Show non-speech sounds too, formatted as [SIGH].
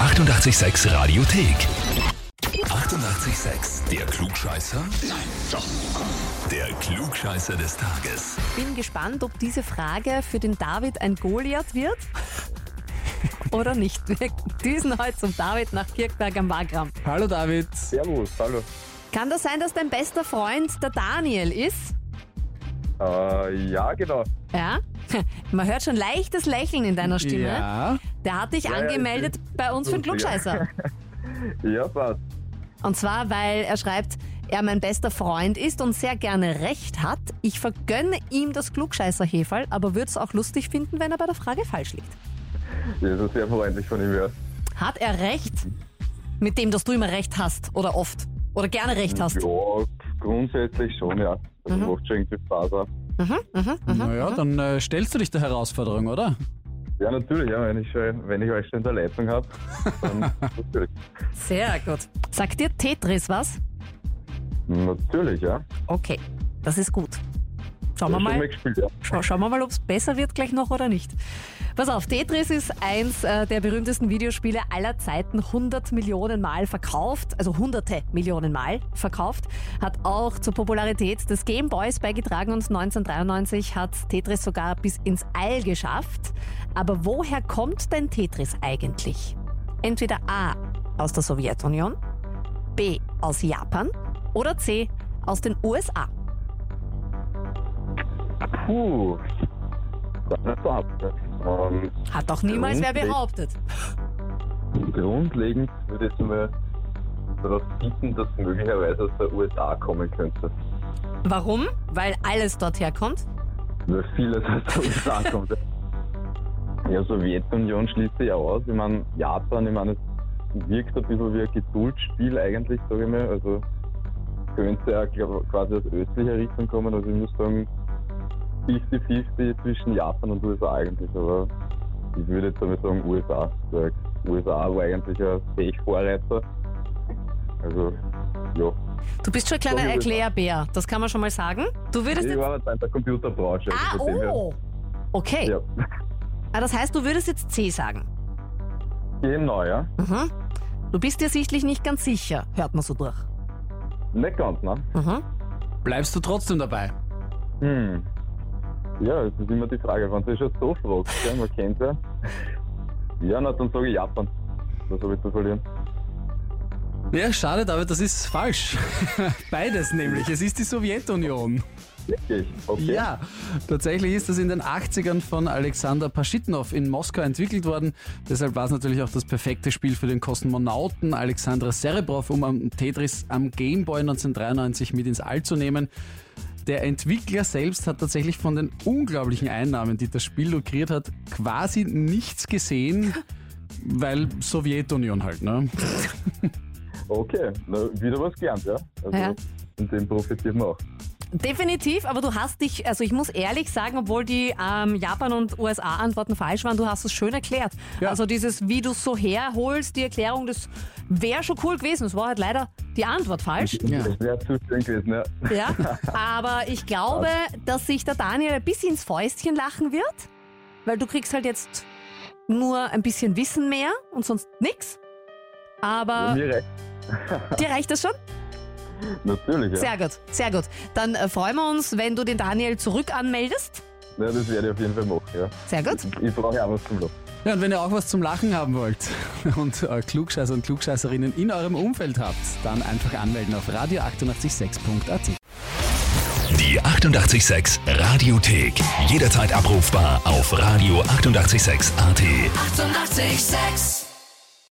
886 Radiothek. 88,6. Der Klugscheißer? Nein, doch. Der Klugscheißer des Tages. Bin gespannt, ob diese Frage für den David ein Goliath wird oder nicht. Wir düsen heute zum David nach Kirchberg am Wagram. Hallo David. Servus, hallo. Kann das sein, dass dein bester Freund der Daniel ist? Äh, ja, genau. Ja? [LAUGHS] Man hört schon leichtes Lächeln in deiner Stimme. Ja. Der hat dich ja, angemeldet bei uns für den Ja. Klugscheißer. Ja, passt. Und zwar, weil er schreibt, er mein bester Freund ist und sehr gerne Recht hat. Ich vergönne ihm das Klugscheißer-Heferl, aber würde es auch lustig finden, wenn er bei der Frage falsch liegt. Das ist sehr freundlich von ihm her. Hat er recht mit dem, dass du immer recht hast oder oft oder gerne recht hast? Ja, grundsätzlich schon, ja. Das Mhm. macht schon irgendwie Spaß auch. Naja, dann äh, stellst du dich der Herausforderung, oder? Ja, natürlich, ja, wenn ich, schon- wenn ich euch schon in der Leitung habe, [LAUGHS] dann natürlich. Sehr gut. Sagt dir Tetris was? Natürlich, ja. Okay, das ist gut. Schauen wir Hab schon mal, gespielt, ja. schau, schauen wir mal, ob es besser wird gleich noch oder nicht. Pass auf, Tetris ist eins äh, der berühmtesten Videospiele aller Zeiten. 100 Millionen Mal verkauft, also hunderte Millionen Mal verkauft. Hat auch zur Popularität des Game Boys beigetragen und 1993 hat Tetris sogar bis ins All geschafft. Aber woher kommt denn Tetris eigentlich? Entweder A aus der Sowjetunion, B aus Japan oder C aus den USA. Puh. Dann ist ab. Ähm, Hat doch niemals wer Grundlegend. behauptet. grundlegend würde ich mir darauf bieten, dass möglicherweise aus der USA kommen könnte. Warum? Weil alles dort herkommt. Weil [LAUGHS] halt vieles aus der USA kommt. Ja, Sowjetunion schließt sich ja aus. Ich meine, Japan, ich meine, es wirkt ein bisschen wie ein Geduldsspiel eigentlich, sage ich mal. Also könnte ja glaub- quasi aus östlicher Richtung kommen. Also ich muss sagen, 50-50 zwischen Japan und USA eigentlich. Aber ich würde jetzt einmal sagen USA. Weil USA war eigentlich ein Tech-Vorreiter. Also, ja. Du bist schon ein kleiner Sorry, Wilma. Erklärbär, das kann man schon mal sagen. Du würdest Ich jetzt. war jetzt in der Computerbranche. Ah, also von dem her- oh! Okay. Ja. Ah, das heißt, du würdest jetzt C sagen. Genau, ja. Mhm. Du bist dir sichtlich nicht ganz sicher, hört man so durch. Nicht ganz, ne? Mhm. Bleibst du trotzdem dabei? Hm. Ja, das ist immer die Frage, wenn du schon so fragst, ja, man kennt ja. Ja, na, dann sage ich Japan. Was habe ich zu verlieren? Ja, schade, David, das ist falsch. [LAUGHS] Beides nämlich. Es ist die Sowjetunion. Wirklich? Okay. Ja, tatsächlich ist das in den 80ern von Alexander Paschitnov in Moskau entwickelt worden. Deshalb war es natürlich auch das perfekte Spiel für den Kosmonauten Alexander Serebrov, um am Tetris am Gameboy 1993 mit ins All zu nehmen. Der Entwickler selbst hat tatsächlich von den unglaublichen Einnahmen, die das Spiel lukriert hat, quasi nichts gesehen, weil Sowjetunion halt, ne? Okay, na, wieder was gelernt, ja? Also, Ja. Und dem profitiert man auch. Definitiv, aber du hast dich, also ich muss ehrlich sagen, obwohl die ähm, Japan- und USA-Antworten falsch waren, du hast es schön erklärt. Ja. Also dieses, wie du es so herholst, die Erklärung, das wäre schon cool gewesen. Es war halt leider die Antwort Mhm. falsch. Ja. Das wäre zu schön gewesen, ja. Ja, aber ich glaube, dass sich der Daniel ein bisschen ins Fäustchen lachen wird, weil du kriegst halt jetzt nur ein bisschen Wissen mehr und sonst nix. Aber Mir recht. dir reicht das schon? Natürlich, ja. Sehr gut, sehr gut. Dann äh, freuen wir uns, wenn du den Daniel zurück anmeldest. ja. Das werde ich auf jeden Fall machen, ja. Sehr gut. Ich brauche ja auch was zum Lachen. Ja, und wenn ihr auch was zum Lachen haben wollt [LAUGHS] und äh, Klugscheißer und Klugscheißerinnen in eurem Umfeld habt, dann einfach anmelden auf radio886.at. Die 88,6 Radiothek. Jederzeit abrufbar auf radio886.at. 88,6. Eighty-eight, sex.